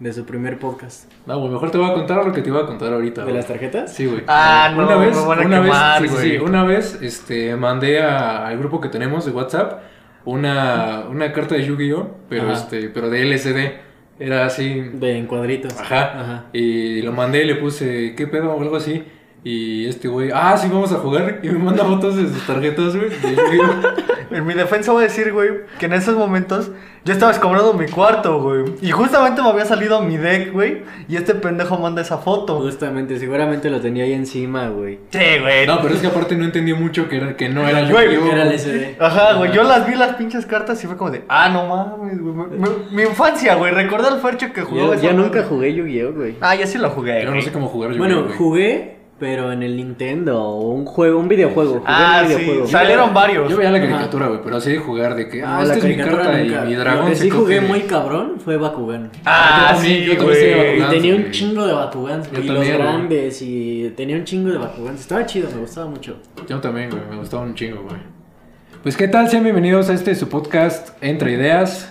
de su primer podcast. No, güey, mejor te voy a contar lo que te iba a contar ahorita. ¿De güey. las tarjetas? Sí, güey. Ah, no, una vez, me van a una vez, quemar, sí, sí, güey. sí, una vez, este, mandé a- al grupo que tenemos de WhatsApp una, una carta de Yu-Gi-Oh, pero Ajá. este, pero de LCD. Era así, De encuadritos. Ajá. Ajá. Y lo mandé y le puse, ¿qué pedo? O algo así. Y este güey, ah, sí, vamos a jugar. Y me manda fotos de sus tarjetas, güey. de Yu-Gi-Oh. En mi defensa voy a decir, güey, que en esos momentos yo estaba escobrando mi cuarto, güey. Y justamente me había salido mi deck, güey. Y este pendejo manda esa foto. Justamente, seguramente lo tenía ahí encima, güey. Sí, güey. no, pero es que aparte no entendí mucho que, era, que no era Güey, Yu-Gi-Oh. Era el SD. Ah, Ajá, güey, yo las vi las pinches cartas y fue como de, ah, no mames, güey. me- me- Mi infancia, güey, recordé al Fercho que jugó. Yo, ya nunca jugué Yu-Gi-Oh, güey. Ah, ya sí lo jugué. Yo no güey. sé cómo jugar Yu-Gi-Oh. Bueno, güey. jugué, pero en el Nintendo, o un juego, un videojuego. Jugué Ah, un sí, videojuego. salieron varios. Yo veía la Ajá. caricatura, güey, pero así de jugar de que, No, ah, la esta es mi caricatura carta nunca. y mi Lo dragón. que se sí jugué coge- muy cabrón fue Bakugan. Ah, Yo también, sí, yo también sé güey. Y Bakugans, tenía un güey. chingo de Bakugans, Yo y los también, güey. grandes, y tenía un chingo de Bakugans. Estaba chido, me gustaba mucho. Yo también, güey, me gustaba un chingo, güey. Pues qué tal, sean bienvenidos a este su podcast Entre Ideas.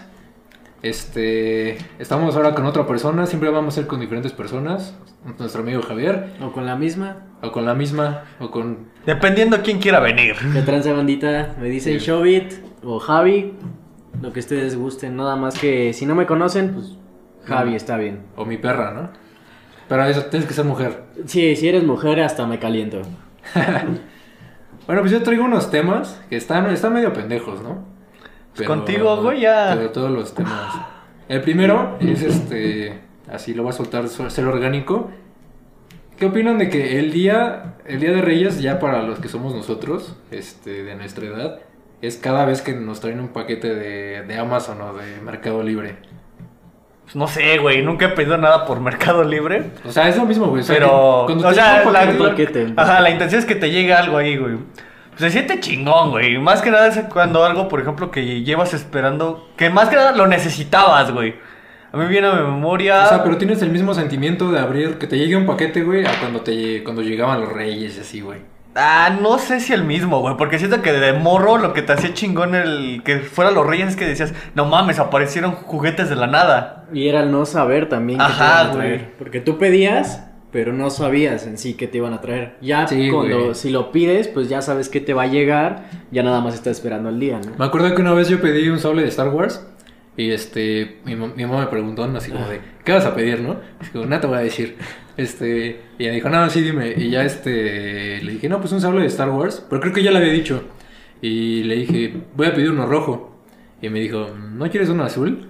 Este, estamos ahora con otra persona, siempre vamos a ser con diferentes personas, nuestro amigo Javier, O con la misma, o con la misma, o con... Dependiendo quién quiera venir. que tranza bandita, me dicen Sí. Shobit o Javi, lo que ustedes gusten, nada más que si no me conocen, pues Javi Mm. está bien. o mi perra, ¿no? Pero eso, tienes que ser mujer. Sí, si eres mujer hasta me caliento. Bueno, pues yo traigo unos temas que están, están medio pendejos, ¿no? Pues contigo, güey, ya. Pero todos los temas. El primero es este. Así lo voy a soltar, so- ser orgánico. ¿Qué opinan de que el día, el día de Reyes, ya para los que somos nosotros, este, de nuestra edad, es cada vez que nos traen un paquete de, de Amazon o de Mercado Libre? Pues no sé, güey, nunca he pedido nada por Mercado Libre. O sea, es lo mismo, güey. o sea, Pero, que cuando o te sea, traen un la, paquete- paquete. ajá, la intención es que te llegue algo ahí, güey. Se siente chingón, güey. Más que nada es cuando algo, por ejemplo, que llevas esperando, que más que nada lo necesitabas, güey. A mí viene a mi memoria. O sea, pero tienes el mismo sentimiento de abrir, que te llegue un paquete, güey, a cuando, te, lle- cuando llegaban los reyes y así, güey. Ah, no sé si el mismo, güey, porque siento que de morro lo que te hacía chingón el que fuera los Reyes es que decías, no mames, aparecieron juguetes de la nada. Y era el no saber también que Ajá, te iban a güey. traer. Porque tú pedías, pero no sabías en sí que te iban a traer. Ya Sí, cuando, güey. si lo pides, pues ya sabes que te va a llegar, ya nada más estás esperando el día, ¿no? Me acuerdo que una vez yo pedí un sable de Star Wars y este, mi, mam- mi mamá me preguntó, ¿no? así como Ah. de, ¿qué vas a pedir, no? Y digo, nada te voy a decir. Este, y ella dijo, no, sí, dime. Y ya este, le dije, no, pues un sable de Star Wars, pero creo que ya le había dicho. Y le dije, voy a pedir uno rojo. Y me dijo, ¿no quieres uno azul?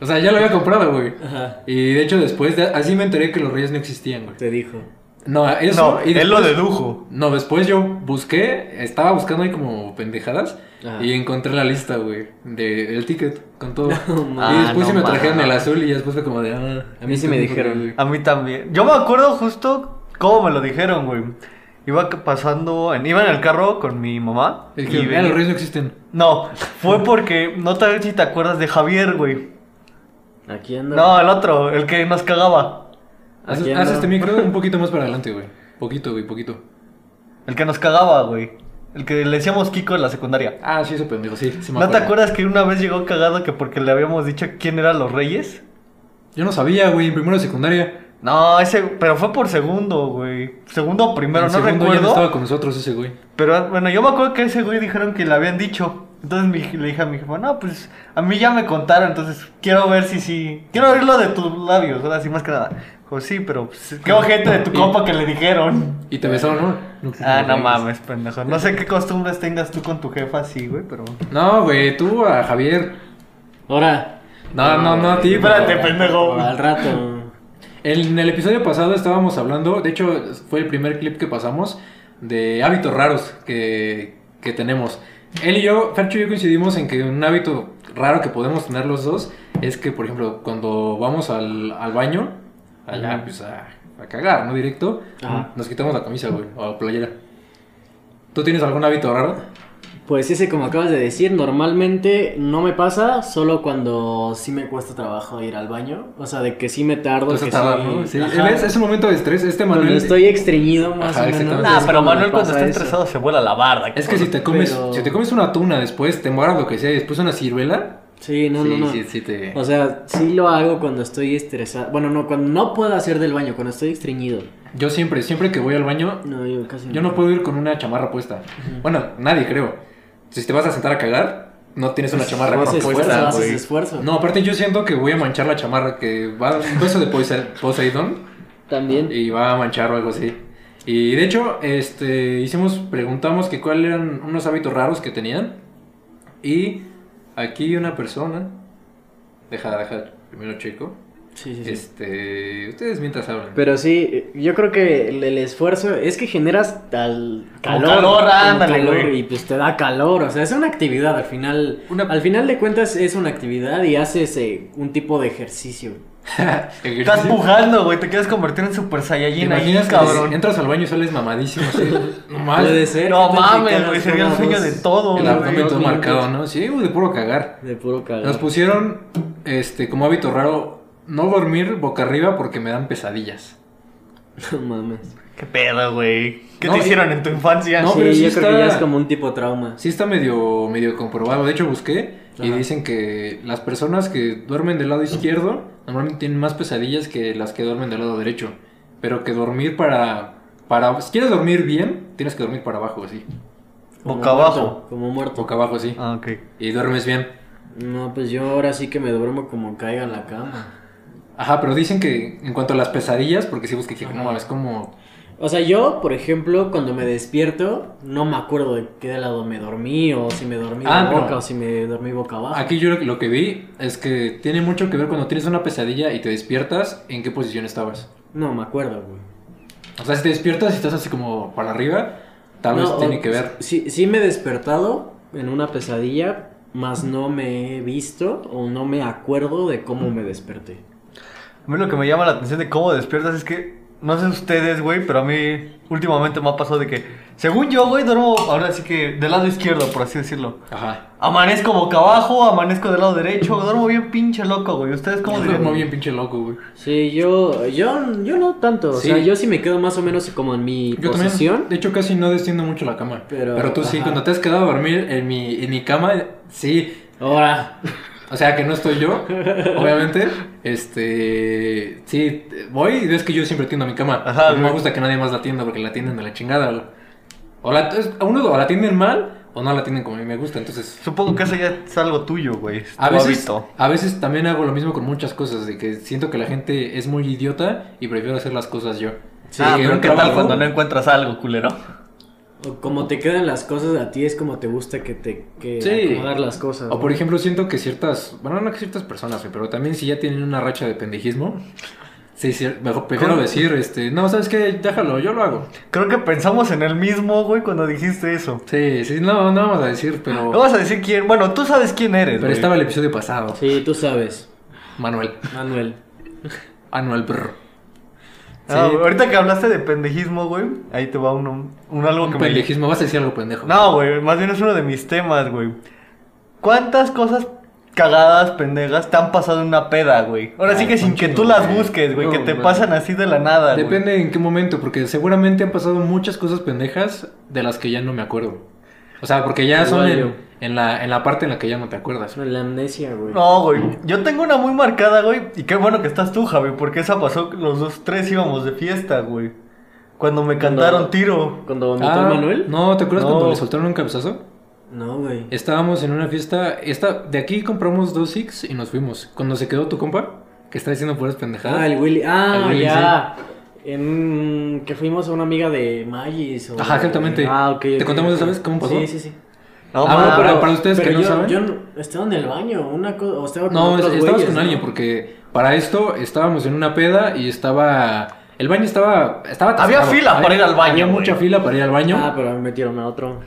O sea, ya lo había comprado, güey. Ajá. Y de hecho después, de- así me enteré que los reyes no existían, güey. Te dijo. No, eso. no, y él lo después- dedujo. No, después yo busqué, estaba buscando ahí como pendejadas Ajá. Ah. y encontré la lista, güey, de el ticket con todo. No, y después ah, sí no me trajeron el mames. azul y ya después fue como de. ah, A mí sí me dijeron. A mí también. Yo me acuerdo justo cómo me lo dijeron, güey. Iba que- pasando, en- iba en el carro con mi mamá. Es que, y mira, venía- "Ah, los reyes no existen. No, fue porque, no tal vez si te acuerdas de Javier, güey. Ah, Aquí ando. No, el otro, el que nos cagaba. Haz, Aquí haz ando. este micro un poquito más para adelante, güey. Poquito, güey, poquito. El que nos cagaba, güey. El que le decíamos Kiko en la secundaria. Ah, sí, ese pendejo, sí, sí me ¿No te acuerdo. acuerdas que una vez llegó cagado que porque le habíamos dicho quién eran los reyes? Yo no sabía, güey, en primero de secundaria. No, ese, pero fue por segundo, güey. Segundo o primero, En no segundo ya recuerdo. estaba con nosotros ese güey. Pero ah, bueno, yo me acuerdo que ese güey dijeron que le habían dicho. Entonces mi- le dije a mi jefa, no, pues a mí ya me contaron, entonces quiero ver si sí. Quiero oírlo de tus labios, ahora sí, más que nada. Dijo, sí, pero pues, qué ojete de tu Y- compa que le dijeron. Y te besaron, ¿no? Ah, no reyes. mames, pendejo. No sé qué costumbres tengas tú con tu jefa, sí, güey, pero. No, güey, tú a Javier. Ahora. Ah, No, no, no, a ti. Espérate, güey. pendejo. Al rato. El- en el episodio pasado estábamos hablando, de hecho fue el primer clip que pasamos, de hábitos raros que, que tenemos. Él y yo, Fercho y yo coincidimos en que un hábito raro que podemos tener los dos es que, por ejemplo, cuando vamos al, al baño, allá Ajá. pues a, a cagar, ¿no? Directo, Ajá. nos quitamos la camisa, güey, o la playera. ¿Tú tienes algún hábito raro? Pues ese, como acabas de decir, normalmente no me pasa, solo cuando sí me cuesta trabajo ir al baño. O sea, de que sí me tardo. Pues que hasta sí- ¿no? Sí, Ajá. Es, es un momento de estrés, este Cuando Manuel... estoy estreñido más Ajá, o menos. exactamente. Nah, es cuando pero me Manuel cuando pasa está eso. estresado se vuela la barda. Es que si te comes, Pero- si te comes una tuna después, te mueras lo que sea y después una ciruela, Sí, no, sí, no, no. sí, sí te... O sea, sí lo hago cuando estoy estresado. Bueno, no, cuando no puedo hacer del baño, cuando estoy estreñido. Yo siempre, siempre que voy al baño, No, yo casi yo no puedo ir con una chamarra puesta. Bueno, nadie creo. Si te vas a sentar a cagar, no tienes una chamarra Haces puesta. esfuerzo, haces güey. esfuerzo. No, aparte yo siento que voy a manchar la chamarra que va un beso de Poise- Poseidón También. y va a manchar o algo así. Y de hecho, este hicimos preguntamos que cuáles eran unos hábitos raros que tenían y aquí una persona deja deja primero checo. Sí, sí, sí. Este, ustedes mientras hablan. Pero sí, eh, yo creo que el, el esfuerzo es que generas tal calor. calor, como ándale, güey. y pues te da calor, o sea, es una actividad al final. Una- Al final de cuentas es una actividad y haces eh, un tipo de ejercicio. Estás Ejercicio. pujando, güey. Te quieres convertir en Super ¿Te Saiyajin ahí, imaginas que cabrón. entras al baño y sales mamadísimo? así? No más. Puede ser. No ¿qué tal que mames, güey. cagas Sería el una, sueño dos de todo, El la- güey. abdomen todo Dos marcado, minutos. ¿no? Sí, de puro cagar. De puro calor. Nos pusieron este como hábito raro no dormir boca arriba porque me dan pesadillas. No mames. Qué pedo, güey. ¿Qué No, te y- hicieron en tu infancia? No, sí, pero sí yo creo está- que ya es como un tipo trauma. Sí está medio medio comprobado. De hecho busqué y Ajá. dicen que las personas que duermen del lado izquierdo normalmente tienen más pesadillas que las que duermen del lado derecho, pero que dormir para para si quieres dormir bien, tienes que dormir para abajo, así. Como Boca muerto, abajo. como muerto. Boca abajo, así. Ah, ok. Y duermes bien. No, pues yo ahora sí que me duermo como caiga en la cama. Ajá, pero dicen que en cuanto a las pesadillas, porque si busqué que no mames, como O sea, yo, por ejemplo, cuando me despierto, no me acuerdo de qué lado me dormí, o si me dormí de Ah, no. boca, o si me dormí boca abajo. Aquí yo lo- lo que vi es que tiene mucho que ver cuando tienes una pesadilla y te despiertas, en qué posición estabas. No me acuerdo, güey. O sea, si te despiertas y estás así como para arriba, tal vez No, pues, tiene o- que ver. Sí, sí me he despertado en una pesadilla, mas no me he visto o no me acuerdo de cómo me desperté. A mí lo que me llama la atención de cómo despiertas es que, no sé ustedes, güey, pero a mí últimamente me ha pasado de que, según yo, güey, duermo ahora sí que del lado izquierdo, por así decirlo. Ajá. Amanezco boca abajo, amanezco del lado derecho, duermo bien pinche loco, güey. ¿Ustedes cómo Yo dirían? duermo bien pinche loco, güey. Sí, yo, yo, yo no tanto. Sí. O sea, yo sí me quedo más o menos como en mi Yo posición. también. De hecho, casi no desciendo mucho la cama. Pero, Pero- tú sí, ajá. cuando te has quedado a dormir en mi, en mi cama, sí. Ahora, O sea, que no estoy yo, obviamente. Este. Sí, voy y ves que yo siempre tiendo mi cama. Ajá, no me güey. gusta que nadie más la tienda porque la tienden de la chingada. güey. O la, es- a uno o la tienden mal o no la tienden como a mí me gusta. Entonces, Supongo que eso ya es algo tuyo, güey. es a tu veces, hábito. a veces también hago lo mismo con muchas cosas. De que siento que la gente es muy idiota y prefiero hacer las cosas yo. Sí, ah, Que pero un ¿qué tal trabajo- cuando no encuentras algo, culero? o como te quedan las cosas a ti es como te gusta que te que Sí. acomodar las cosas. O ¿no? por ejemplo, siento que ciertas, bueno, no que ciertas personas, güey, pero también si ya tienen una racha de pendejismo, sí, sí, mejor- prefiero ¿Cómo? decir, este, no, ¿sabes qué? Déjalo, yo lo hago. Creo que pensamos en el mismo, güey, cuando dijiste eso. Sí, sí, no, no vamos a decir, pero... Ah, No vas a decir quién. Bueno, tú sabes quién eres, Pero güey. estaba el episodio pasado. Sí, tú sabes, Manuel. Manuel. Manuel brr. Ah, Sí. güey, ahorita que hablaste de pendejismo, güey, ahí te va uno, un algo Un que me pendejismo, vas a decir algo pendejo. No, güey, más bien es uno de mis temas, güey. ¿Cuántas cosas cagadas, pendejas, te han pasado en una peda, güey? Ahora sí Ay, que sin que Ponchito, tú las Ah, güey. busques, güey, No, que te güey. pasan así de la nada, güey. Depende en qué momento, porque seguramente han pasado muchas cosas pendejas de las que ya no me acuerdo. O sea, porque ya son Igual en, yo. en la, en la parte en la que ya no te acuerdas. La amnesia, güey. No, güey. Yo tengo una muy marcada, güey. Y qué bueno que estás tú, Javi, porque esa pasó, los dos, tres íbamos de fiesta, güey. Cuando me cantaron tiro. Cuando vomitó Ah, Manuel. No, ¿te acuerdas No. cuando le soltaron un cabezazo? No, güey. Estábamos en una fiesta. Esta, de aquí compramos dos Six y nos fuimos. Cuando se quedó tu compa, que está diciendo puras pendejadas. Ah, el Willy. Ah, El Willy, ya. En que fuimos a una amiga de Magis. o- Ajá, exactamente. Ah, ok. ¿Te ok, contamos ok. esa vez cómo pasó? Sí, sí, sí. No, Ah, bueno, mames. pero- para ustedes que no yo, saben. Yo no- estaba en el baño, una cosa. O estaba con no, otros estabas güeyes, con ¿no? alguien porque para esto estábamos en una peda y estaba. El baño estaba. estaba Había atascado. fila para ir al baño, Había güey. mucha fila para ir al baño. Ah, pero me metieron a otro.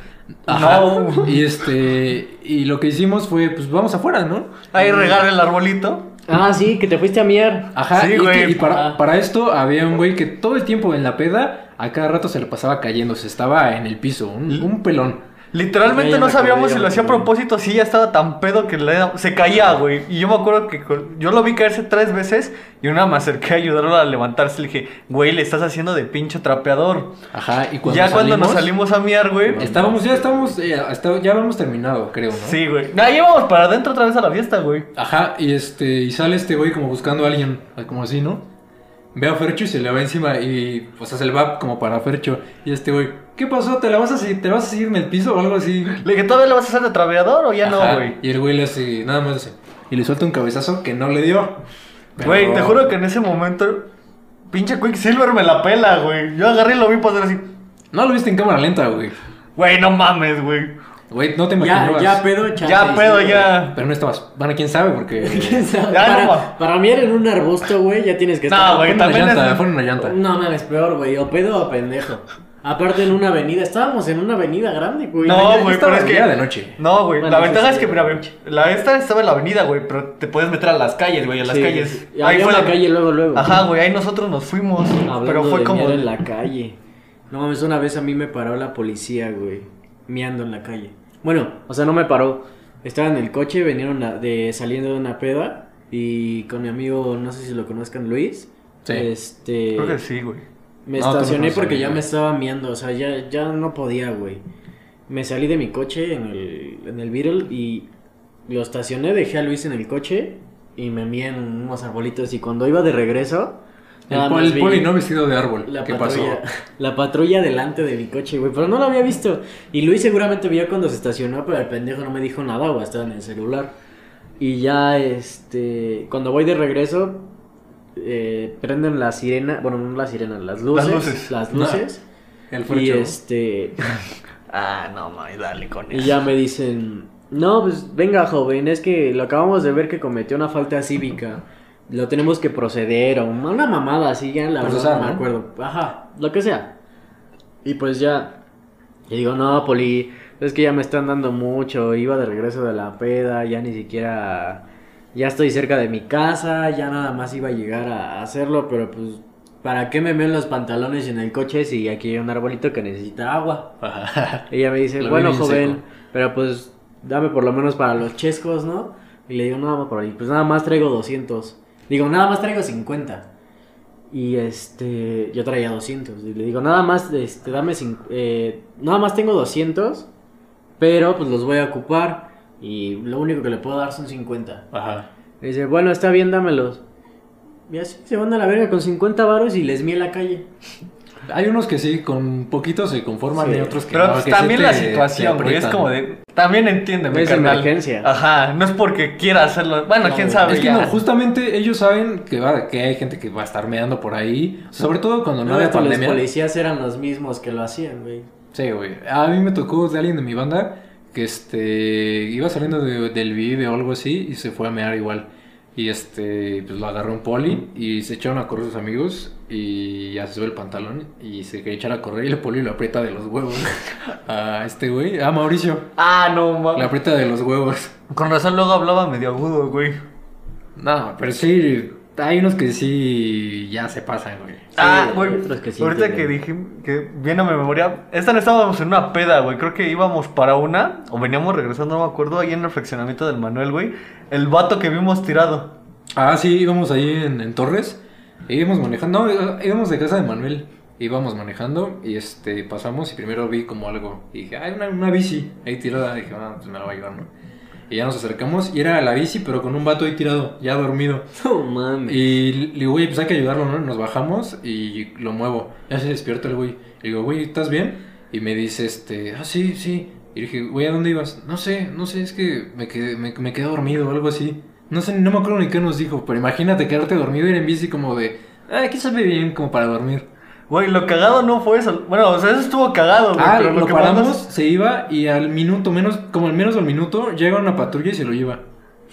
Ajá. No. Y este. Y lo que hicimos fue, pues vamos afuera, ¿no? Ahí regar el arbolito. Ah, sí, que te fuiste a miar. Ajá, Sí, y, güey. que- y para, Ah. para esto había un güey que todo el tiempo en la peda, a cada rato se le pasaba cayendo, se estaba en el piso, un, un pelón. Literalmente Ya, ya no me sabíamos acordé, si ya lo me hacía a acordé. propósito, sí, ya estaba tan pedo que le- se caía, güey. Y yo me acuerdo que con- yo lo vi caerse tres veces y una me acerqué a ayudarlo a levantarse. Le dije, güey, le estás haciendo de pinche trapeador. Ajá, y cuando ya salimos, cuando nos salimos a miar, güey. Estábamos, ya estábamos, eh, hasta- ya habíamos terminado, creo, ¿no? Sí, güey. Nah, íbamos para adentro otra vez a la fiesta, güey. Ajá, y este, y sale este güey como buscando a alguien, como así, ¿no? Ve a Fercho y se le va encima y, o sea, se le va como para Fercho. Y este güey, ¿qué pasó? ¿Te la vas a, se- te la vas a seguir en el piso o algo así? Le dije, ¿todavía le vas a hacer de trapeador o ya Ajá, no, güey? Y el güey le hace, nada más así. Y le suelta un cabezazo que no le dio. Pero- Güey, te juro que en ese momento, pinche Quicksilver me la pela, güey. Yo agarré y lo vi pasar así. No lo viste en cámara lenta, güey. Güey, no mames, güey. Güey, no te Ya, imaginabas. ya pedo, chance, Ya sí, pedo, güey. ya. Pero no estabas. Bueno, quién sabe, ¿Quién porque. sabe? Ya, para, no, ma. para mí era en un arbusto, güey, ya tienes que No, estar. güey, Fue una también es- llanta, fue una llanta. No mames, peor, güey. O pedo o pendejo. Aparte en una avenida. Estábamos en una avenida grande, güey. No, Ya- ya güey, estaba- pero es que- Era de noche. No, güey. Bueno, la ventaja sí, es que, sí. mira, güey, la esta estaba en la avenida, güey, pero te puedes meter a las calles, güey, a las Sí, calles. sí. Y había una la- calle luego, luego. Ajá, güey, ahí nosotros nos fuimos. Hablando pero fue de como. miar en la calle. No mames, una vez a mí me paró la policía, güey. Miando en la calle. Bueno, o sea, no me paró. Estaba en el coche, vinieron a- de, saliendo de una peda. Y con mi amigo, no sé si lo conozcan, Luis. Sí. Este. Creo que sí, güey. Me No, tú no estacioné conoces a porque mí, ya güey. me estaba miando, o sea, ya, ya no podía, güey. Me salí de mi coche en el, en el Beetle y lo estacioné, dejé a Luis en el coche y me mié en unos arbolitos y cuando iba de regreso... El, nada pol- más el vi poli no vestido de árbol. La ¿Qué pasó? patrulla, la patrulla delante de mi coche, güey, pero no lo había visto. Y Luis seguramente vio cuando se estacionó, pero el pendejo no me dijo nada, güey, estaba en el celular. Y ya, este, cuando voy de regreso, eh, prenden la sirena, bueno, no la sirena, las luces. luces. las luces. El Y Fercho. este Ah, no, mami, dale con y ya me dicen, "No, pues venga, joven, es que lo acabamos de ver que cometió una falta cívica. Lo tenemos que proceder o una una mamada así, ya la verdad Procesar, no me ¿no? acuerdo. Ajá, lo que sea." Y pues ya y digo, "No, poli, es que ya me están dando mucho, iba de regreso de la peda, ya ni siquiera ya estoy cerca de mi casa, ya nada más iba a llegar a hacerlo, pero pues ¿Para qué me meo en los pantalones y en el coche si aquí hay un arbolito que necesita agua? Ajá. Ella me dice, Lo vi bueno, bien joven, seco. pero pues dame por lo menos para los chescos, ¿no? Y le digo, nada, por ahí, pues nada más traigo 200. Digo, nada más traigo 50. Y este, yo traía 200. Y le digo, nada más, este, dame, cin- eh, nada más tengo 200, pero pues los voy a ocupar. Y lo único que le puedo dar son 50. Ajá. Le dice, bueno, está bien, dámelos. Y así se van a la verga con 50 varos y les mía la calle. Hay unos que sí, con poquito se conforman Sí. y otros que Pero no, pues, que sí también te- la te situación, güey, es aprietan. como de... También entiéndeme, Es carnal. emergencia. Ajá, no es porque quiera hacerlo. Bueno, No, quién güey. sabe Es que "Ah, ya. no, justamente ellos saben que, va, que hay gente que va a estar meando por ahí, sobre todo cuando no, No, había hasta los pandemia. policías eran los mismos que lo hacían, güey. Sí, güey. A mí me tocó de alguien de mi banda que este iba saliendo de- del vive o algo así y se fue a mear igual. Y este, pues lo agarró un poli y se echaron a correr sus amigos y ya se sube el pantalón y se quería echar a correr y el poli lo aprieta de los huevos a este güey, a Mauricio. Ah, no, Le mames. aprieta de los huevos. Con razón luego hablaba medio agudo, güey. No, pero sí, hay unos que sí ya se pasan, güey. ah, hay güey. otros que sí ahorita que entienden. dije, que viene a mi memoria, esta no estábamos en una peda, güey. Creo que íbamos para una, o veníamos regresando, no me acuerdo, ahí en el fraccionamiento del Manuel, güey. El vato que vimos tirado. Ah, sí, íbamos ahí en, en Torres. e íbamos manejando. No, eh, íbamos de casa de Manuel. Íbamos manejando y este pasamos y primero vi como algo. Y dije, hay una, una bici ahí tirada. dije, ah, pues me la voy a llevar, ¿no? Y ya nos acercamos y era la bici, pero con un vato ahí tirado, ya dormido. No mames. Y le digo, güey, pues hay que ayudarlo, ¿no? Nos bajamos y lo muevo. Ya se despierta el güey. Le digo, güey, ¿estás bien? Y me dice, este, ah, sí, sí. Y le dije, güey, ¿a dónde ibas? No sé, no sé, es que me quedé, me, me quedé dormido o algo así. No sé, no me acuerdo ni qué nos dijo, pero imagínate quedarte dormido y ir en bici como de, ah, aquí sabe bien como para dormir. Güey, lo cagado no fue eso. Bueno, o sea, eso estuvo cagado, güey. Ah, pero lo, lo, que paramos, mandó- se iba y al minuto menos, como al menos al minuto, llega una patrulla y se lo lleva.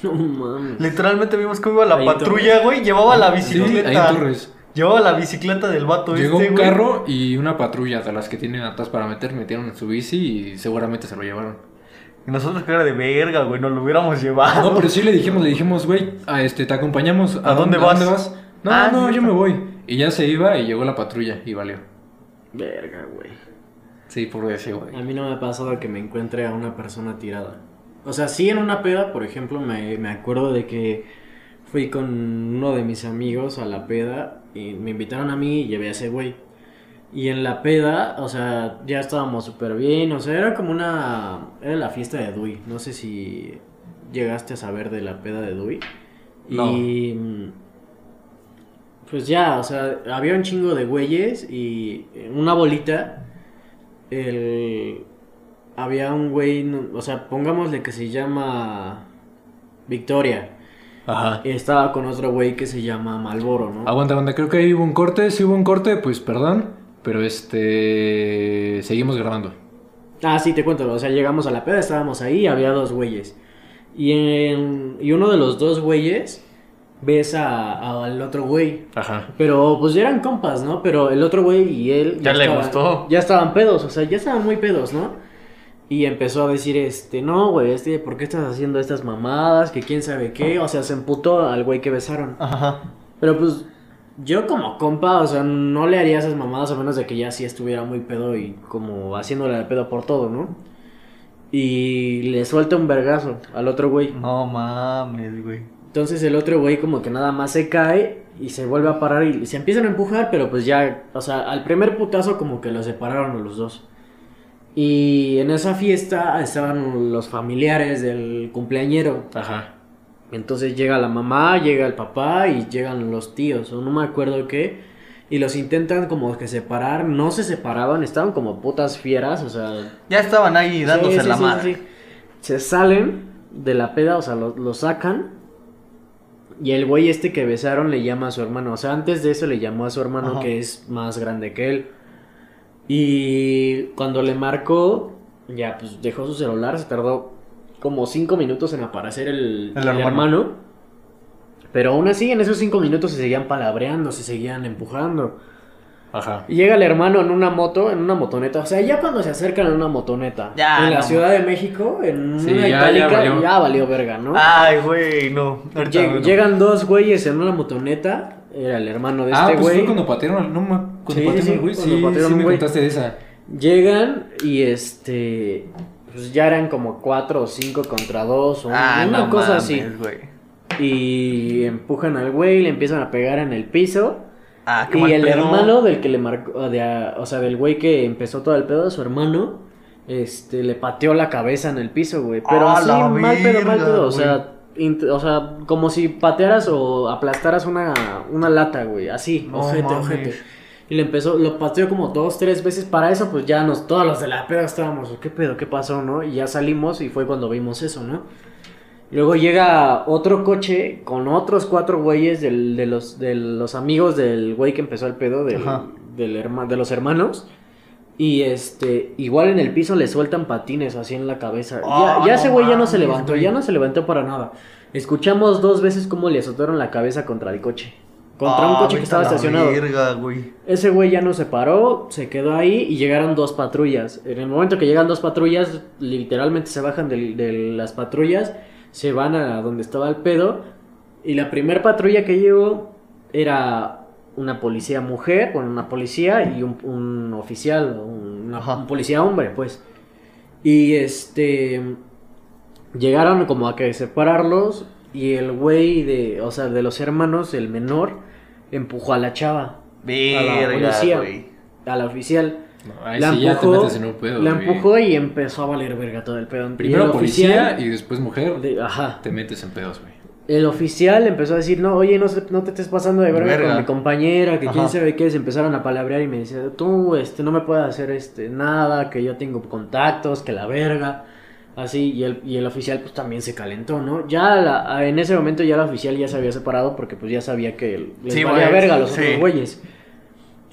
No mames. Literalmente vimos cómo iba la Ahí en patrulla, güey. Llevaba la Sí, ahí bicicleta. en Torres. Llevaba la bicicleta del vato Llegó este, un güey. carro y una patrulla de las que tienen atrás para meter, metieron en su bici y seguramente se lo llevaron. Y nosotros que era de verga, güey, nos lo hubiéramos llevado. No, pero sí le dijimos, le dijimos, güey, a este, te acompañamos. Ah, ¿A dónde vas? No, Ah, no, sí, yo está. me voy. Y ya se iba y llegó la patrulla y valió. Verga, güey. Sí, por ese, güey. A mí no me ha pasado que me encuentre a una persona tirada. O sea, sí en una peda, por ejemplo, me, me acuerdo de que fui con uno de mis amigos a la peda y me invitaron a mí y llevé a ese güey. Y en la peda, o sea, ya estábamos súper bien, o sea, era como una... Era la fiesta de Dewey, no sé si llegaste a saber de la peda de Dewey. No. Y... mm, Pues ya, o sea, había un chingo de güeyes y en una bolita, el... Había un güey, no- o sea, pongámosle que se llama Victoria. Ajá. Estaba con otro güey que se llama Malboro, ¿no? Aguanta, aguanta, creo que ahí hubo un corte, si hubo un corte, pues perdón, pero este... Seguimos grabando. Ah, sí, te cuento. O sea, llegamos a la peda, estábamos ahí, había dos güeyes. Y, en- y uno de los dos güeyes ves a- al otro güey. Ajá. Pero pues ya eran compas, ¿no? Pero el otro güey y él. Ya le gustó. Ya estaban pedos, o sea, ya estaban muy pedos, ¿no? Y empezó a decir, este, no, güey, este, ¿por qué estás haciendo estas mamadas? Que quién sabe qué. O sea, se emputó al güey que besaron. Ajá. Pero pues yo como compa, o sea, no le haría esas mamadas a menos de que ya sí estuviera muy pedo y como haciéndole al pedo por todo, ¿no? Y le suelta un vergazo al otro güey. No mames, güey. Entonces el otro güey como que nada más se cae y se vuelve a parar y se empiezan a empujar, pero pues ya, o sea, al primer putazo como que los separaron a los dos. Y en esa fiesta estaban los familiares del cumpleañero. Ajá. Entonces llega la mamá, llega el papá y llegan los tíos, o no me acuerdo qué. Y los intentan como que separar, no se separaban, estaban como putas fieras, o sea... Ya estaban ahí dándose sí, sí, la sí, madre. sí. Se salen de la peda, o sea, lo, lo sacan. Y el güey este que besaron le llama a su hermano, o sea, antes de eso le llamó a su hermano Ajá. que es más grande que él. Y cuando le marcó, ya pues dejó su celular, se tardó como cinco minutos en aparecer el, El hermano. Pero aún así, en esos cinco minutos se seguían palabreando, se seguían empujando. Ajá. Y Llega el hermano en una moto, en una motoneta. O sea, ya cuando se acercan en una motoneta. Ya, en la no. Ciudad de México, en Sí, una ya- ya itálica, valió. ya valió verga, ¿no? Ay, güey, no. Ahorita, Lleg- bueno. Llegan dos güeyes en una motoneta. Era el hermano de ah, este pues güey. fue cuando patearon al... No, ma- cuando Sí, sí, patearon sí, al güey, cuando sí, patearon sí me un güey. contaste de esa. Llegan y este. Pues ya eran como cuatro o cinco contra dos. O un- Ah, una no cosa mames, así. güey. Y empujan al güey, le empiezan a pegar en el piso. Ah, qué mal Y el pedo. hermano del que le marcó, de a- o sea, del güey que empezó todo el pedo, su hermano, este, le pateó la cabeza en el piso, güey. Pero ¡A así, Ah, la mal pedo, mal verga, pedo, o güey! sea, int- o sea, como si patearas o aplastaras una, una lata, güey, así, No ojete, mames. ojete. Y le empezó, lo pateó como dos, tres veces, para eso pues ya nos, todos los de la peda estábamos, ¿qué pedo, qué pasó, no? Y ya salimos y fue cuando vimos eso, ¿no? Luego llega otro coche con otros cuatro güeyes del- de, los, de los amigos del güey que empezó el pedo, del, Ajá. del herma- de los hermanos. Y este, igual en el piso le sueltan patines así en la cabeza. Ah, ya ya no ese güey ya no se mames, levantó, güey. ya no se levantó para nada. Escuchamos dos veces cómo le azotaron la cabeza contra el coche. Contra un Ah, coche que vete estaba a la estacionado. verga, güey. Ese güey ya no se paró, se quedó ahí y llegaron dos patrullas. En el momento que llegan dos patrullas, literalmente se bajan del- de, las patrullas, se van a donde estaba el pedo. Y la primera patrulla que llegó era una policía mujer, bueno, una policía y un, un oficial, un, una- Ajá. un policía hombre, pues. Y este. Llegaron como a que separarlos y el güey de, o sea, de los hermanos, el menor, empujó a la chava policía. Verga, güey. a la oficial. No, ahí la sí ya te empujó, metes en un pedo, la güey. empujó y empezó a valer verga todo el pedo. Y el Primero policía oficial- y después mujer. de- ajá. Te metes en pedos, güey. El oficial empezó a decir, no, oye, no, se- no te estés pasando de verga, Verga. con mi compañera, que quién Ajá. sabe qué. Se empezaron a palabrear y me decía, tú, este, no me puedes hacer, este, nada, que yo tengo contactos, que la verga. Así, y el, y el oficial pues también se calentó, ¿no? Ya la- a- en ese momento ya el oficial ya se había separado porque pues ya sabía que les Sí, valía güey, verga a los sí. otros güeyes.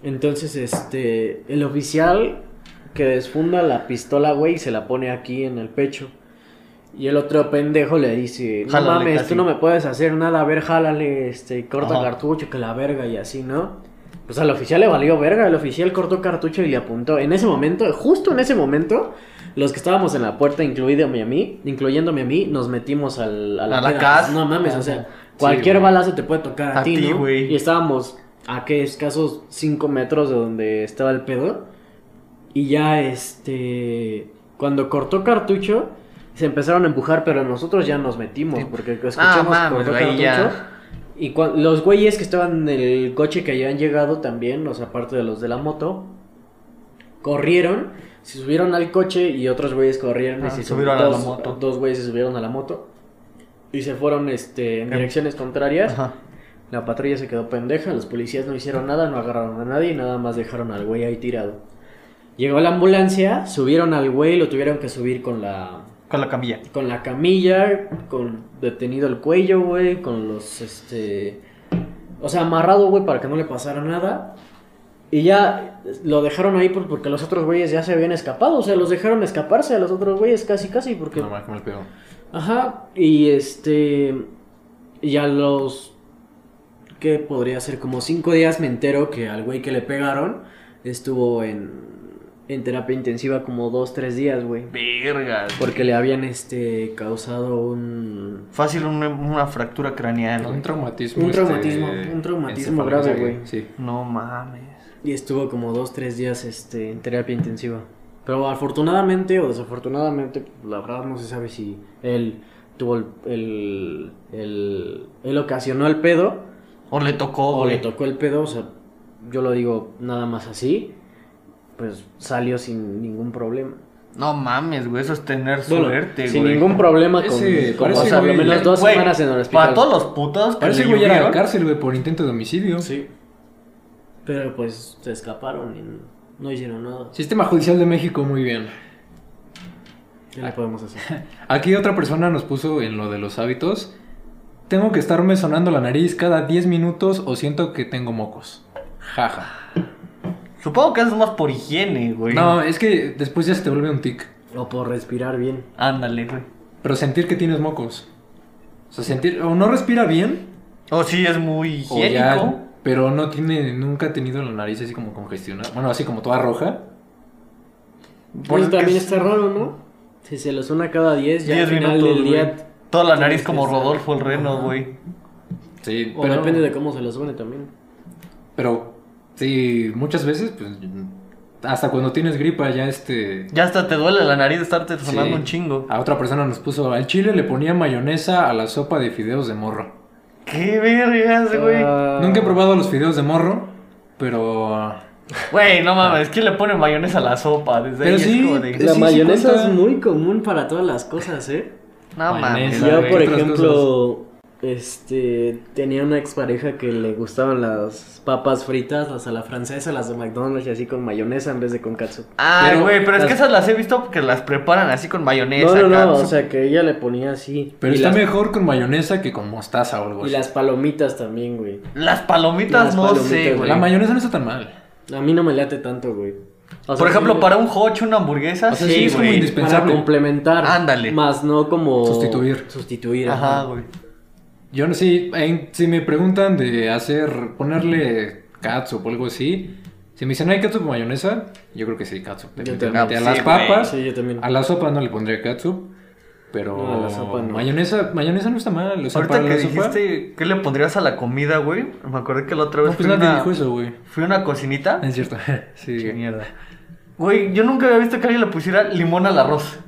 Entonces, este, el oficial que desfunda la pistola, güey, y se la pone aquí en el pecho. Y el otro pendejo le dice, no Jálale, mames, casi. tú no me puedes hacer nada, a ver, jálale, este, corta Ajá. cartucho, que la verga y así, ¿no? Pues al oficial le valió verga, el oficial cortó cartucho y le apuntó. En ese momento, justo en ese momento, los que estábamos en la puerta, incluídome a mí, incluyéndome a mí, nos metimos al, a la, A la peda. casa. No mames, o Sí, sea, cualquier güey. balazo te puede tocar a, A ti, ti, ¿no? güey. Y estábamos a qué escasos 5 metros de donde estaba el pedo. Y ya, este. Cuando cortó cartucho, se empezaron a empujar, pero nosotros ya nos metimos, porque escuchamos Ah, mames, cortó güey, cartucho. ya. Y cua- los güeyes que estaban en el coche que habían llegado también, o sea, aparte de los de la moto, corrieron, se subieron al coche y otros güeyes corrieron Ah, y se subieron a la dos, moto. Dos güeyes se subieron a la moto y se fueron este, en direcciones contrarias. Ajá. La patrulla se quedó pendeja, los policías no hicieron nada, no agarraron a nadie, nada más dejaron al güey ahí tirado. Llegó la ambulancia, subieron al güey, lo tuvieron que subir con la Con la camilla. con la camilla, con detenido el cuello, güey, con los este o sea, amarrado, güey, para que no le pasara nada. Y ya lo dejaron ahí por- porque los otros güeyes ya se habían escapado, o sea, los dejaron escaparse a los otros güeyes casi casi porque No, mames, cómo le pegó. Ajá, y este. Y a los. ¿Qué podría ser? Como cinco días me entero que al güey que le pegaron estuvo en. En terapia intensiva como dos, tres días, güey. Vergas. Porque le habían, este. Causado un. Fácil un- una fractura craneal. Un güey. traumatismo. Un este, traumatismo, un traumatismo encefálico, grave, güey. Sí. No mames. Y estuvo como dos, tres días, este. En terapia intensiva. Pero afortunadamente o desafortunadamente, la verdad no se sabe si él tuvo el. El. el- él ocasionó el pedo. O le tocó, o güey. le tocó el pedo, o sea, yo lo digo nada más así, pues salió sin ningún problema. No mames, güey. Eso es tener suerte, sin güey. ningún problema con, Ese- con- parece o sea, güey, lo menos dos Güey, semanas en el hospital. Para todos los putos que Parece le que güey era a la llovieron, cárcel, güey, por intento de homicidio. Sí. Pero pues se escaparon y no- no hicieron nada. Sistema Judicial de México, muy bien. ¿Qué le podemos hacer? Aquí otra persona nos puso en lo de los hábitos. Tengo que estarme sonando la nariz cada 10 minutos o siento que tengo mocos. Jaja. Supongo que eso es más por higiene, güey. No, es que después ya se te vuelve un tic. o por respirar bien. Ándale, güey. Pero sentir que tienes mocos. O sea, sentir. O no respira bien. O Oh, sí, es muy O higiénico. ya, pero no tiene. Nunca ha tenido la nariz así como congestionada. Bueno, así como toda roja. Por eso Porque Pues también es está raro, ¿no? Si se lo suena cada 10, ya 10 al final minutos, del güey. día... Toda la nariz tienes como que Rodolfo el estar- Reno, Ajá. güey. Sí, O pero. depende de cómo se lo suene también. Pero. Sí, muchas veces, pues. Hasta cuando tienes gripa, ya este. Ya hasta te duele la nariz de estarte sonando Sí. un chingo. A otra persona nos puso, al chile le ponía mayonesa a la sopa de fideos de morro. ¡Qué vergas, güey! Ah, Nunca he probado los fideos de morro, pero... Güey, no mames, ¿quién le pone mayonesa a la sopa? Desde Pero ahí sí, es como de... sí, La sí mayonesa cuenta. es muy común para todas las cosas, ¿eh? No mames. mayonesa, Yo, güey. por otras ejemplo, este tenía una expareja que le gustaban las papas fritas, las a la francesa, las de McDonald's y así con mayonesa en vez de con katsu. Ay, Pero güey, pero es las- que esas las he visto porque las preparan así con mayonesa. No, no, no, acá. o sea que ella le ponía así. Pero y está las, mejor con mayonesa que con mostaza o algo Y así. las palomitas también, güey. Las palomitas Las no palomitas, sé, güey. La mayonesa no está tan mal. A mí no me late tanto, güey. O sea, Por ejemplo, sí, para un hocho, una hamburguesa, O sea, sí sí, es como güey. indispensable. para complementar. Ándale. Más no como... Sustituir. Sustituir. Ajá, Ajá, güey. Yo no sé, en- si me preguntan de hacer, ponerle catsup o algo así, si me dicen, ¿hay catsup o mayonesa? Yo creo que sí, catsup. definitivamente. también. a las Sí, güey. papas, Sí, yo también. a la sopa no le pondría catsup, pero No, a la sopa no. mayonesa, mayonesa no está mal. O sea, Ahorita para que la sopa- dijiste, ¿qué le pondrías a la comida, güey? Me acordé que la otra vez No, pues fui, nadie una, dijo eso, güey. fui a una cocinita. Es cierto. sí. Qué mierda. Güey, yo nunca había visto que alguien le pusiera limón al arroz.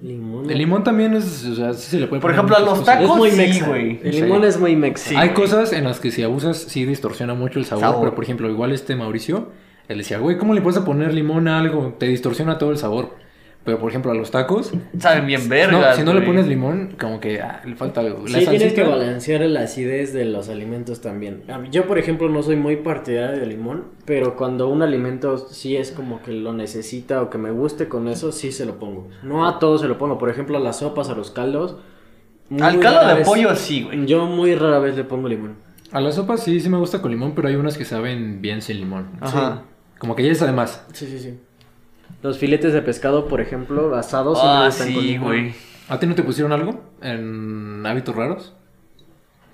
Limón. El limón también es, o sea, sí se le puede Por poner ejemplo, a muchas los cosas. es tacos, muy sí, mexa. güey. El limón Sí. es muy mexa. Sí. Hay güey. cosas en las que si abusas sí distorsiona mucho el sabor, Sabor. pero por ejemplo, igual este Mauricio, él decía, güey, ¿cómo le puedes poner limón a algo? Te distorsiona todo el sabor. Pero por ejemplo, a los tacos, Saben bien vergas, no, si no le güey. pones limón, como que ah, le falta algo. La Sí, tienes salsita- que balancear la acidez de los alimentos también. A mí- Yo, por ejemplo, no soy muy partidario del limón, pero cuando un alimento sí es como que lo necesita o que me guste con eso, sí se lo pongo. No a todo se lo pongo, por ejemplo, a las sopas, a los caldos. muy Al caldo rara de vez- pollo, sí, güey. Mm, Yo muy rara vez le pongo limón. A las sopas sí, sí me gusta con limón, pero hay unas que saben bien sin limón. Ajá. Como que ya es además. Sí, sí, sí. Los filetes de pescado, por ejemplo, asados, sí me Ah, gustan con sí, limón. güey. ¿A ti no te pusieron algo en hábitos raros?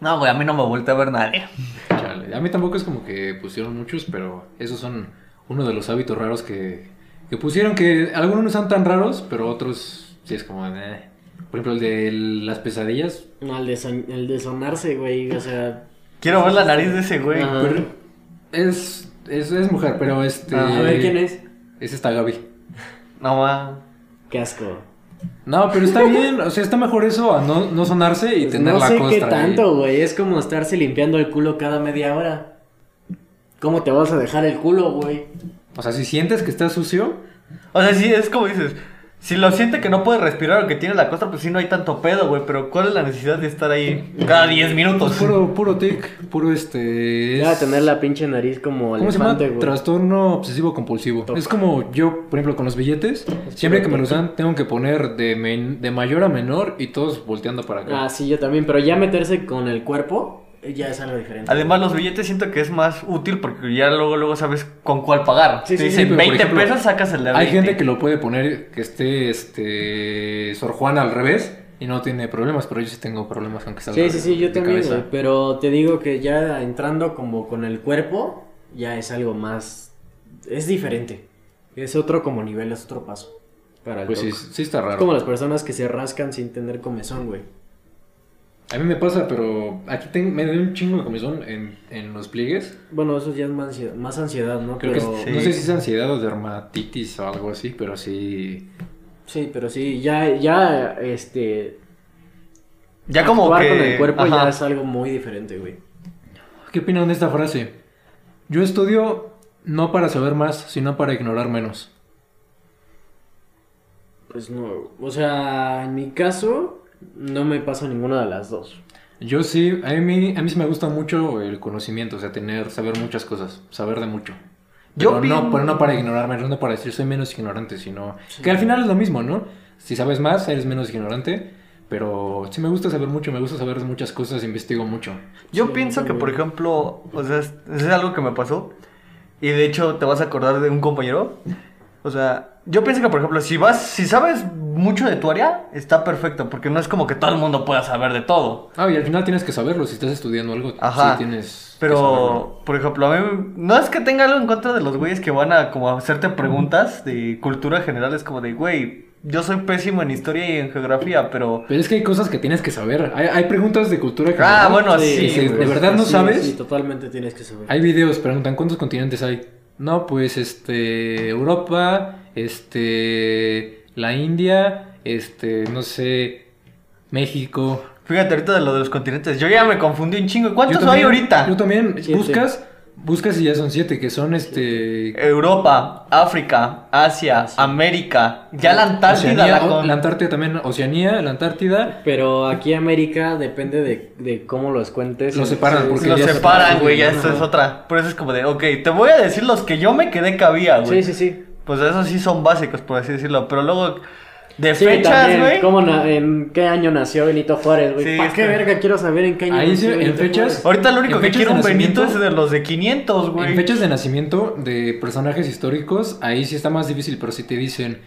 No, güey, a mí no me vuelta a ver nadie. Chale, A mí tampoco es como que pusieron muchos, pero esos son uno de los hábitos raros que, que pusieron, que algunos no son tan raros, pero otros sí es como... eh. Por ejemplo, el de las pesadillas. No, el de, son- el de sonarse, güey, o sea... Quiero ver la Ah. nariz de ese güey. Ajá. pero es, es, es mujer, pero este... Ah, eh, A ver quién es. Es esta Gaby. No va. Qué asco. No, pero está bien, o sea, está mejor eso a no, no sonarse y Pues tener no la sé costra. qué ahí. tanto, güey. Es como estarse limpiando el culo cada media hora. ¿Cómo te vas a dejar el culo, güey? O sea, si sientes que está sucio, O sea, sí, es como dices. Si lo siente que no puede respirar o que tiene la costra, pues sí, no hay tanto pedo, güey. Pero ¿cuál es la necesidad de estar ahí cada 10 pues minutos? puro, puro tic, puro este. Ya es- tener la pinche nariz como ¿Cómo se llama? elefante, güey. Trastorno obsesivo compulsivo. Toc. Es como yo, por ejemplo, con los billetes, siempre que me los dan, tengo que poner de, men- de mayor a menor y todos volteando para acá. Ah, sí, yo también. Pero ya meterse con el cuerpo eh, ya es algo diferente. Además, los billetes siento que es más útil porque ya luego, luego sabes con cuál pagar. Sí, Te sí, dicen sí, pero por 20 ejemplo, pesos, sacas el de Hay 20. gente que lo puede poner que esté este Sor Juana al revés y no tiene problemas, pero yo sí tengo problemas aunque salga Sí, sí, de- sí, yo de también, cabeza. güey. Pero te digo que ya entrando como con el cuerpo, ya es algo más. Es diferente. Es otro como nivel, es otro paso. Para el Pues sí, toque. sí está Es raro. como las personas que se rascan sin tener comezón, güey. A mí me pasa, pero aquí tengo, me doy un chingo de comezón en, en los pliegues. Bueno, eso ya es más ansiedad, más ansiedad ¿no? Creo pero, que es- sí. no sé si es ansiedad o dermatitis o algo así, pero sí. Sí, pero sí, ya, ya, este. Ya como actuar que. con el cuerpo Ajá. ya es algo muy diferente, güey. ¿Qué opinan de esta frase? Yo estudio no para saber más, sino para ignorar menos. Pues no, o sea, en mi caso, no me pasa ninguna de las dos. Yo sí, a mí, a mí sí me gusta mucho el conocimiento, o sea, tener, saber muchas cosas, saber de mucho. Yo Pero no, opin- pero no para ignorar menos, no para decir soy menos ignorante, sino que al final es lo mismo, ¿no? Si sabes más, eres menos ignorante, pero sí me gusta saber mucho, me gusta saber de muchas cosas, investigo mucho. Yo Sí, pienso que, también. por ejemplo, o sea, es, es algo que me pasó. Y de hecho, te vas a acordar de un compañero. O sea, yo pienso que, por ejemplo, si vas, si sabes mucho de tu área, está perfecto. Porque no es como que todo el mundo pueda saber de todo. Ah, y al final tienes que saberlo, si estás estudiando algo, Ajá. sí tienes que saberlo. Pero, por ejemplo, a mí no es que tenga algo en contra de los güeyes que van a como a hacerte preguntas de cultura general. Es como de, güey, yo soy pésimo en historia y en geografía, pero. Pero es que hay cosas que tienes que saber. Hay, hay preguntas de cultura Ah, bueno, que sí. si de güey. verdad no Sí, sabes, Sí, totalmente tienes que saber. hay videos, preguntan cuántos continentes hay. No, pues este Europa, este la India, este no sé, México. Fíjate ahorita de lo de los continentes. Yo ya me confundí un chingo. ¿Cuántos Yo también- hay ahorita? Yo también Siete. buscas, buscas y ya son siete que son este Europa, África, Asia, América, ya la Antártida Oceanía, la o- con- la Antártida también, Oceanía, la Antártida, Pero aquí América depende de, de cómo los cuentes. Lo separan, porque- los ya se separan, separa, güey, ya sí, esto ajá. es otra. Por eso es como de, ok, te voy a decir los que yo me quedé que había, güey. Sí, sí, sí. Pues esos sí son básicos, por así decirlo. Pero luego, de Sí, fechas, también, güey. ¿cómo na- ¿En qué año nació Benito Juárez, güey? Sí, ¿Para está- qué verga quiero saber en qué año Ahí sí, nació en Benito fechas- Juárez? Ahorita lo único en que fechas quiero de un Benito es nacimiento- de los de 500, güey. En fechas de nacimiento de personajes históricos, ahí sí está más difícil, pero si te dicen,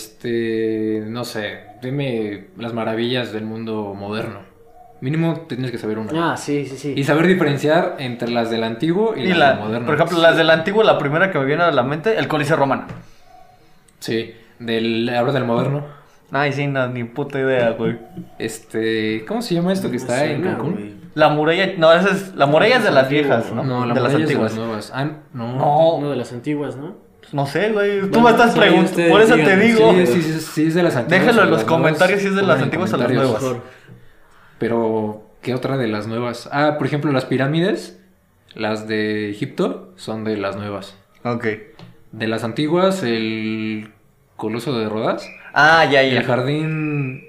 este, no sé, dime las maravillas del mundo moderno. Mínimo tienes que saber una. Ah, sí, sí, sí. Y saber diferenciar entre las del antiguo y, Y las la- del moderno. por ejemplo, las del antiguo, la primera que me viene a la mente, el Coliseo Romano. Sí, del, ahora del moderno. Ay, sí, no, ni puta idea, güey. Este, ¿cómo se llama esto que está Me en suena, Cancún? güey. La muralla, no, esa es, la muralla es de las viejas, ¿no? No, la de las muralla es antiguas. de las nuevas. Ah, no. No, Uno de las antiguas, ¿no? No sé, güey. Tú Bueno, me estás sí, preguntando. ustedes Por eso te díganme, digo. este, Sí, sí, sí, sí, es de las antiguas. Déjalo o en de los las nuevas. comentarios si es de las Pongan en antiguas o las comentarios. nuevas. Mejor. Pero, ¿qué otra de las nuevas? Ah, por ejemplo, las pirámides, las de Egipto, son de las nuevas. Ok. De las antiguas, el Coloso de Rodas, Ah, ya, el ya. jardín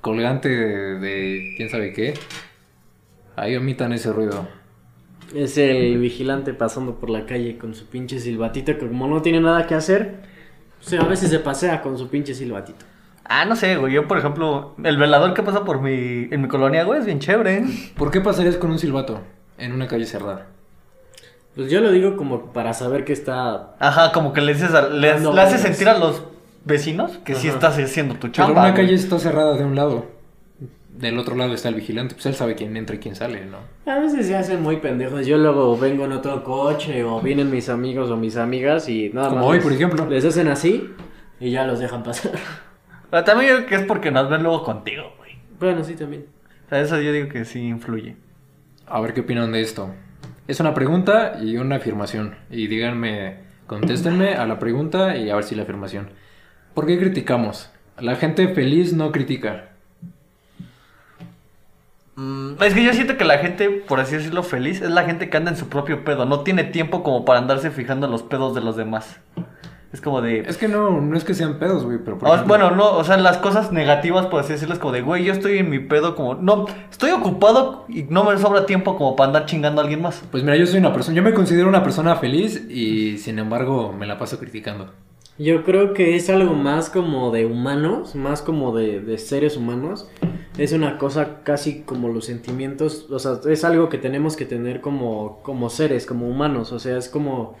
colgante de, de quién sabe qué. Ahí omitan ese ruido. Es el vigilante pasando por la calle con su pinche silbatito, que como no tiene nada que hacer, o sea, a veces se pasea con su pinche silbatito. Ah, no sé, güey. Yo, por ejemplo, el velador que pasa por mi. en mi colonia, güey, es bien chévere. ¿Por qué pasarías con un silbato en una calle cerrada? Pues yo lo digo como para saber que está... Ajá, como que le dices a- Ah, le, No, le haces pues. sentir a los vecinos que sí Ajá. estás haciendo tu Pero chamba. una güey. calle está cerrada de un lado. Del otro lado está el vigilante, pues él sabe quién entra y quién sale, ¿no? A veces se hacen muy pendejos. Yo luego vengo en otro coche o vienen mis amigos o mis amigas y nada Como más... hoy, les- por ejemplo. Les hacen así y ya los dejan pasar. Pero también yo creo que es porque nos ven luego contigo, güey. bueno, sí, también. O sea, eso yo digo que sí influye. A ver qué opinan de esto. Es una pregunta y una afirmación. Y díganme Contéstenme a la pregunta y a ver si la afirmación. ¿Por qué criticamos? La gente feliz no critica. Mm, Es que yo siento que la gente, por así decirlo, feliz es la gente que anda en su propio pedo. No tiene tiempo como para andarse fijando en los pedos de los demás. Es como de. Es que no, no es que sean pedos, güey, pero por Ah, ejemplo- bueno, no, o sea, las cosas negativas, por así decirlo, es como de, güey, yo estoy en mi pedo, como, no, estoy ocupado y no me sobra tiempo como para andar chingando a alguien más. Pues mira, yo soy una persona, yo me considero una persona feliz y sin embargo me la paso criticando. Yo creo que es algo más como de humanos, más como de, de seres humanos. Es una cosa casi como los sentimientos, o sea, es algo que tenemos que tener como, como seres, como humanos. O sea, es como,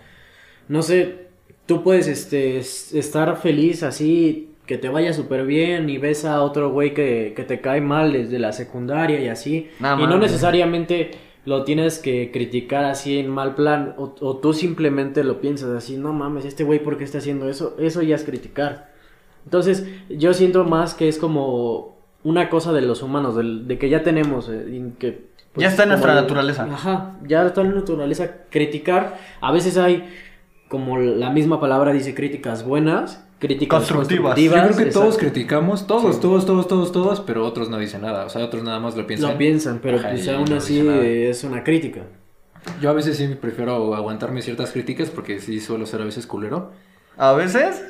no sé, tú puedes este, es- estar feliz así, que te vaya súper bien y ves a otro güey que, que te cae mal desde la secundaria y así. Ah, No y no mames. necesariamente lo tienes que criticar así en mal plan o, o tú simplemente lo piensas así, no mames, este güey por qué está haciendo eso, eso ya es criticar. Entonces, yo siento más que es como una cosa de los humanos, del- de, que ya tenemos, eh, y que... Ya está en como nuestra el- naturaleza. Ajá, ya está en la naturaleza criticar. A veces hay, como la misma palabra dice, críticas buenas, críticas Constructivas. Yo constructivas, creo que todos exacto. criticamos, todos, Sí. todos, todos, todos, todos, pero otros no dicen nada. O sea, otros nada más lo piensan. lo piensan, pero Ajá, pues y aún no así dicen nada. eh, es una crítica. Yo a veces sí prefiero aguantarme ciertas críticas porque sí suelo ser a veces culero. A veces,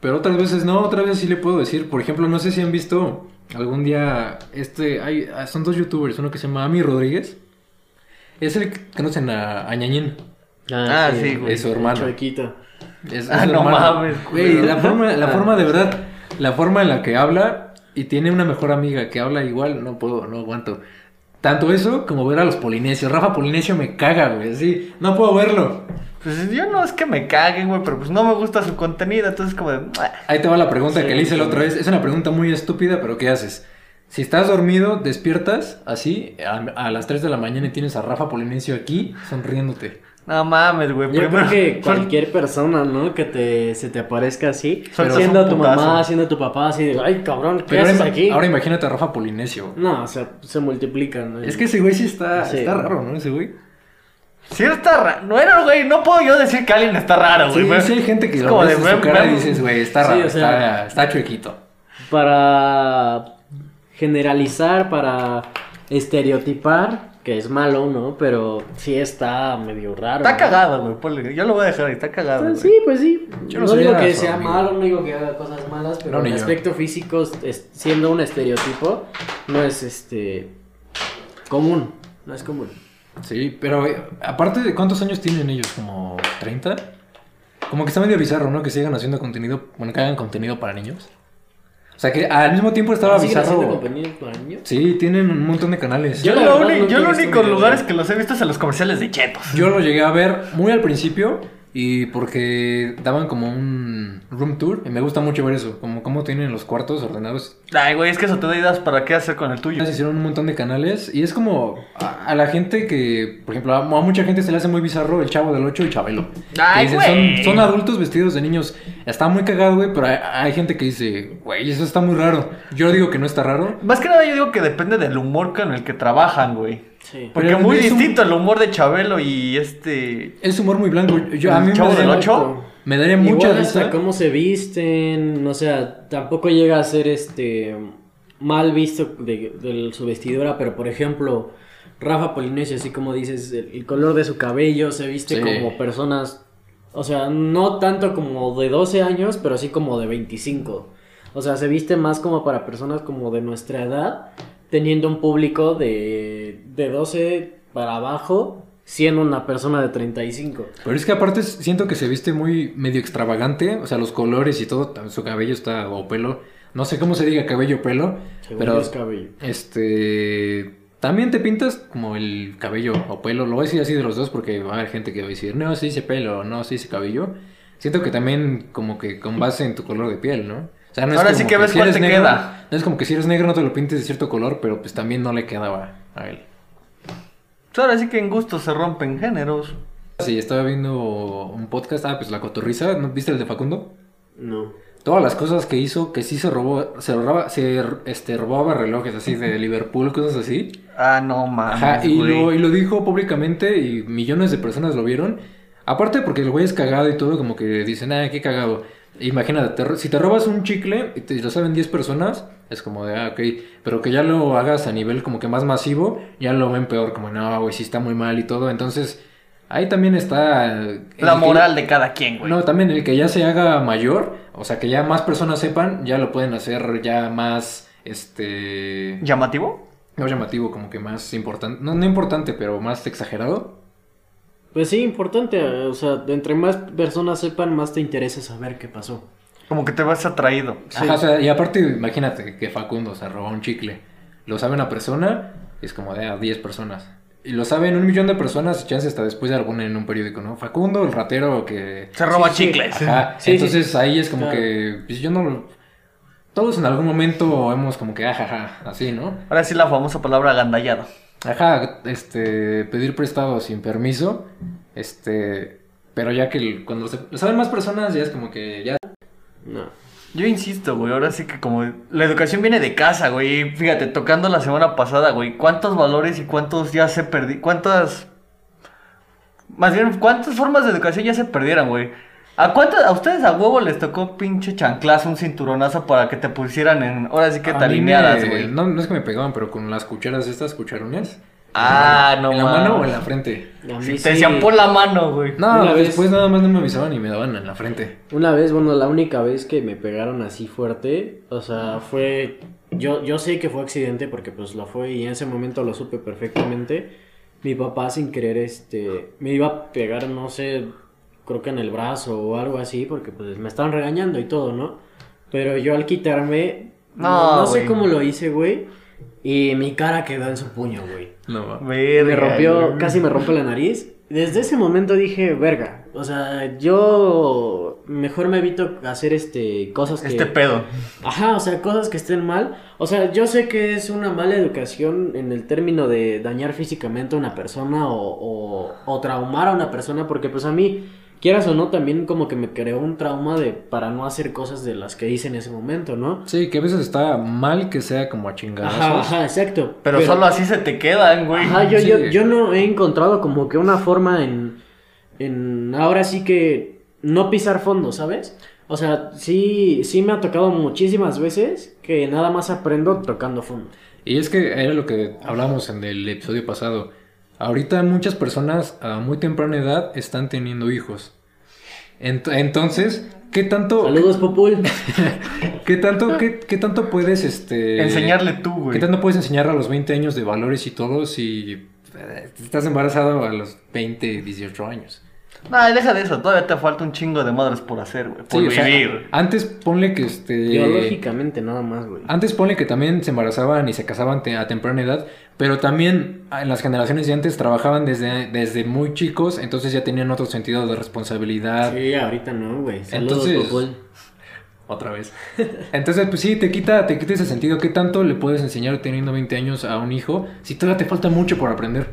Pero otras veces no, otras veces sí le puedo decir. Por ejemplo, no sé si han visto algún día este. Hay, ah, son dos youtubers, uno que se llama Ami Rodríguez. Es el que conocen a, a Ñañín. Ah, sí, güey. Es su hermano. Chuequito. Es- Ah, es no hermano. mames, Güey, culero. Ah. la forma, la forma de verdad, la forma en la que habla y tiene una mejor amiga que habla igual, no puedo, no aguanto. Tanto eso como ver a los polinesios. Rafa Polinesio me caga, güey, así, no puedo verlo. pues yo no es que me cague, güey, pero pues no me gusta su contenido, entonces como de, "Mua". Ahí te va la pregunta Sí, que le hice la sí. otra vez. Es una pregunta muy estúpida, pero ¿qué haces? Si estás dormido, despiertas así a, a las 3 de la mañana y tienes a Rafa Polinesio aquí sonriéndote. no mames, güey, Yo creo primero- que son- cualquier persona, ¿no? Que te, se te aparezca así, Sueltas siendo un tu putazo. mamá, siendo tu papá, así de, ay, cabrón, ¿qué Pero haces ahora, aquí? ahora imagínate a Rafa Polinesio. No, o sea, se multiplican. ¿no? Es que ese güey sí está, Sí. está raro, ¿no? Ese güey. Sí está raro, no era, güey, no puedo yo decir que alguien está raro, güey. Sí, güey. sí hay gente que Es lo como ves de, en güey, su cara y güey, dices, güey, está Sí, raro, o sea- está, está chuequito. para generalizar, para estereotipar, que es malo, ¿no? Pero sí está medio raro. Está ¿no? cagado, güey, ponle, yo lo voy a dejar ahí, está cagado, Pues Ah, güey. sí, pues sí. Yo no no soy digo nada que su sea amigo. malo, no digo que haga cosas malas, pero No, ni el yo. aspecto físico, es- siendo un estereotipo, no es este común. No es común. Sí, pero eh, aparte de cuántos años tienen ellos, como 30. Como que está medio bizarro, ¿no? Que sigan haciendo contenido, bueno, que hagan contenido para niños. O sea que al mismo tiempo estaba Ah, ¿Siguen haciendo bizarro. compañías para niños? Sí, tienen un montón de canales. Yo Yo, la lo verdad uni- nunca yo he los visto únicos videos. lugares que los he visto es en los comerciales de Chetos. Yo lo llegué a ver muy al principio y porque daban como un room tour y me gusta mucho ver eso, como cómo tienen los cuartos ordenados Ay, güey, es que eso te da ideas para qué hacer con el tuyo. Se hicieron un montón de canales y es como a, a la gente que, por ejemplo, a, a mucha gente se le hace muy bizarro el Chavo del 8 y Chabelo. Que Ay, güey. son, son adultos vestidos de niños. Está muy cagado, güey, pero hay, hay gente que dice, güey, eso está muy raro. Yo digo que no está raro. Más que nada yo digo que depende del humor con el que trabajan, güey. Sí. Pero Porque muy es un- distinto el humor de Chabelo y este... Es humor muy blanco. Yo, a ¿El mí me Chavo del daría- Ocho? Me daría mucha Igual hasta risa. cómo se visten, o sea, tampoco llega a ser este mal visto de, de su vestidura, pero por ejemplo, Rafa Polinesio, así como dices, el, el color de su cabello, se viste Sí. como personas, o sea, no tanto como de 12 años, pero sí como de 25. O sea, se viste más como para personas como de nuestra edad, teniendo un público de, de 12 para abajo, siendo una persona de 35. Pero es que aparte s- siento que se viste muy medio extravagante, o sea, los colores y todo, t- su cabello está o pelo, no sé cómo se diga cabello o pelo, Según pero yo es cabello. este también te pintas como el cabello o pelo, lo voy a decir así de los dos porque va a haber gente que va a decir, "No, sí dice pelo, no, sí dice cabello." Siento que también como que con base en tu color de piel, ¿no? O sea, no Ahora como sí que ves cuál eres te negro- queda. No es como que si eres negro no te lo pintes de cierto color, pero pues también no le quedaba a él. Pues Ahora sí que en gusto se rompen géneros. Sí, estaba viendo un podcast, ah, pues la cotorriza, ¿no? ¿Viste el de Facundo? No. Todas las cosas que hizo, que sí se robó, se robaba, se este, robaba relojes así de Liverpool, cosas así. Ah, no mames, Ajá, y güey. lo, y lo dijo públicamente y millones de personas lo vieron. Aparte porque el güey es cagado y todo, como que dicen, ah, qué cagado. Imagínate, te ro- si te robas un chicle y te lo saben 10 personas, es como de, ah, ok, pero que ya lo hagas a nivel como que más masivo, ya lo ven peor, como, no, güey, sí está muy mal y todo. Entonces, ahí también está... eh, La el que- moral de cada quien, güey. no, también el que ya se haga mayor, o sea, que ya más personas sepan, ya lo pueden hacer ya más, este... ¿Llamativo? No llamativo, como que más importante. No, no importante, pero más exagerado. Pues sí, importante. eh, O sea, entre más personas sepan, más te interesa saber qué pasó. Como que te vas atraído. Sí. Ajá, o sea, y aparte, imagínate que Facundo se robó un chicle. Lo sabe una persona, es como de a 10 personas. Y lo saben un millón de personas, chance hasta después ya lo ponen en un periódico, ¿no? Facundo, el ratero que. Se roba Sí, sí. chicles. Ajá. Sí, sí. Entonces ahí es como Claro. que. pues, yo no lo- Todos en algún momento hemos como que, ajaja, así, ¿no? Ahora sí la famosa palabra gandallado. Ajá, este, pedir prestado sin permiso, este, pero ya que el- cuando se, lo saben más personas ya es como que ya... No. Yo insisto, güey, ahora sí que como la educación viene de casa, güey. Fíjate, tocando la semana pasada, güey, cuántos valores y cuántos ya se perdí, cuántas más bien cuántas formas de educación ya se perdieron, güey. ¿A cuántas a ustedes a huevo les tocó pinche chanclazo, un cinturonazo para que te pusieran en ahora sí que te A mí me- alinearas, güey? No, no es que me pegaban, pero con las cucharas estas, cucharones. Ah, no ¿En la mames. mano o en la frente? A mí Sí, sí. te decían pon la mano, güey. No, Una vez- después nada más no me avisaban y me daban en la frente. Una vez, bueno, la única vez que me pegaron así fuerte, o sea, fue... Yo, yo sé que fue accidente porque pues lo fue y en ese momento lo supe perfectamente. Mi papá sin querer, este, me iba a pegar, no sé, creo que en el brazo o algo así, porque pues me estaban regañando y todo, ¿no? Pero yo al quitarme, No, no, no sé güey. cómo lo hice, güey, y mi cara quedó en su puño, güey. No, va. Me Verga, rompió, güey. casi me rompe la nariz. Desde ese momento dije, verga, o sea, yo mejor me evito hacer este cosas que este pedo. Ajá, o sea, cosas que estén mal. O sea, yo sé que es una mala educación en el término de dañar físicamente a una persona o, o, o traumar a una persona, porque pues a mí, quieras o no, también como que me creó un trauma de para no hacer cosas de las que hice en ese momento, ¿no? Sí, que a veces está mal que sea como a Ajá, chingadazos. ajá, exacto. Pero, solo así se te quedan, güey. Ajá, yo, Sí. yo, yo no he encontrado como que una forma en, en ahora sí que no pisar fondo, ¿sabes? O sea, sí, sí me ha tocado muchísimas veces que nada más aprendo tocando fondo. Y es que era lo que hablamos en el episodio pasado. Ahorita muchas personas a muy temprana edad están teniendo hijos. Ent- entonces, ¿qué tanto, Saludos, Popul. qué tanto, qué, qué tanto puedes este Enseñarle tú, güey. ¿Qué tanto puedes enseñar a los 20 años de valores y todo si eh, estás embarazado a los 20, 18 años? No, deja de eso, todavía te falta un chingo de madres por hacer, güey. Por Sí, o sea, vivir. antes ponle que este Biológicamente nada más, güey. Antes ponle que también se embarazaban y se casaban te- a temprana edad, pero también ah, en las generaciones de antes trabajaban desde, desde muy chicos, entonces ya tenían otro sentido de responsabilidad. Sí, ahorita no, güey. Saludos, ah. Entonces- Popul. Otra vez. Entonces, pues sí, te quita, te quita ese sentido. ¿Qué tanto le puedes enseñar teniendo 20 años a un hijo si todavía te falta mucho por aprender?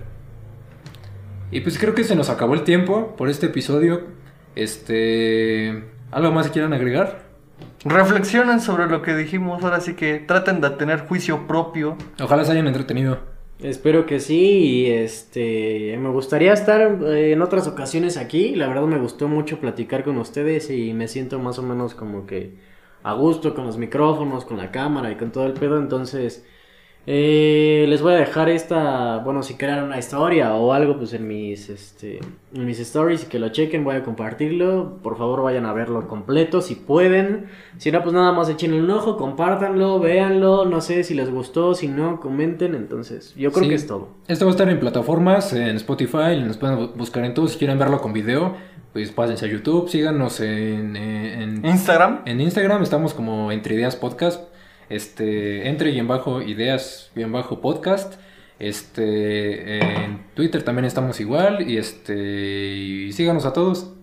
Y pues creo que se nos acabó el tiempo por este episodio. Este. ¿Algo más que quieran agregar? Reflexionen sobre lo que dijimos, ahora sí que traten de tener juicio propio. Ojalá se hayan entretenido. Espero que sí. Y este, me gustaría estar eh, en otras ocasiones aquí. La verdad me gustó mucho platicar con ustedes y me siento más o menos como que a gusto con los micrófonos, con la cámara y con todo el pedo. Entonces, eh, les voy a dejar esta, bueno, si crean una historia o algo, pues en mis, este, en mis stories y que lo chequen. Voy a compartirlo. Por favor, vayan a verlo completo si pueden. Si no, pues nada más echen un ojo, compártanlo, véanlo, no sé si les gustó, si no, comenten, entonces yo creo Sí. que es todo. Esto va a estar en plataformas, en Spotify, nos pueden bu- buscar en todo. Si quieren verlo con video, pues pásense a YouTube, síganos en, eh, en, Instagram. en Instagram, estamos como Entre Ideas Podcast, este, entre y en bajo ideas y en bajo podcast. Este, en Twitter también estamos igual y este, y síganos a todos.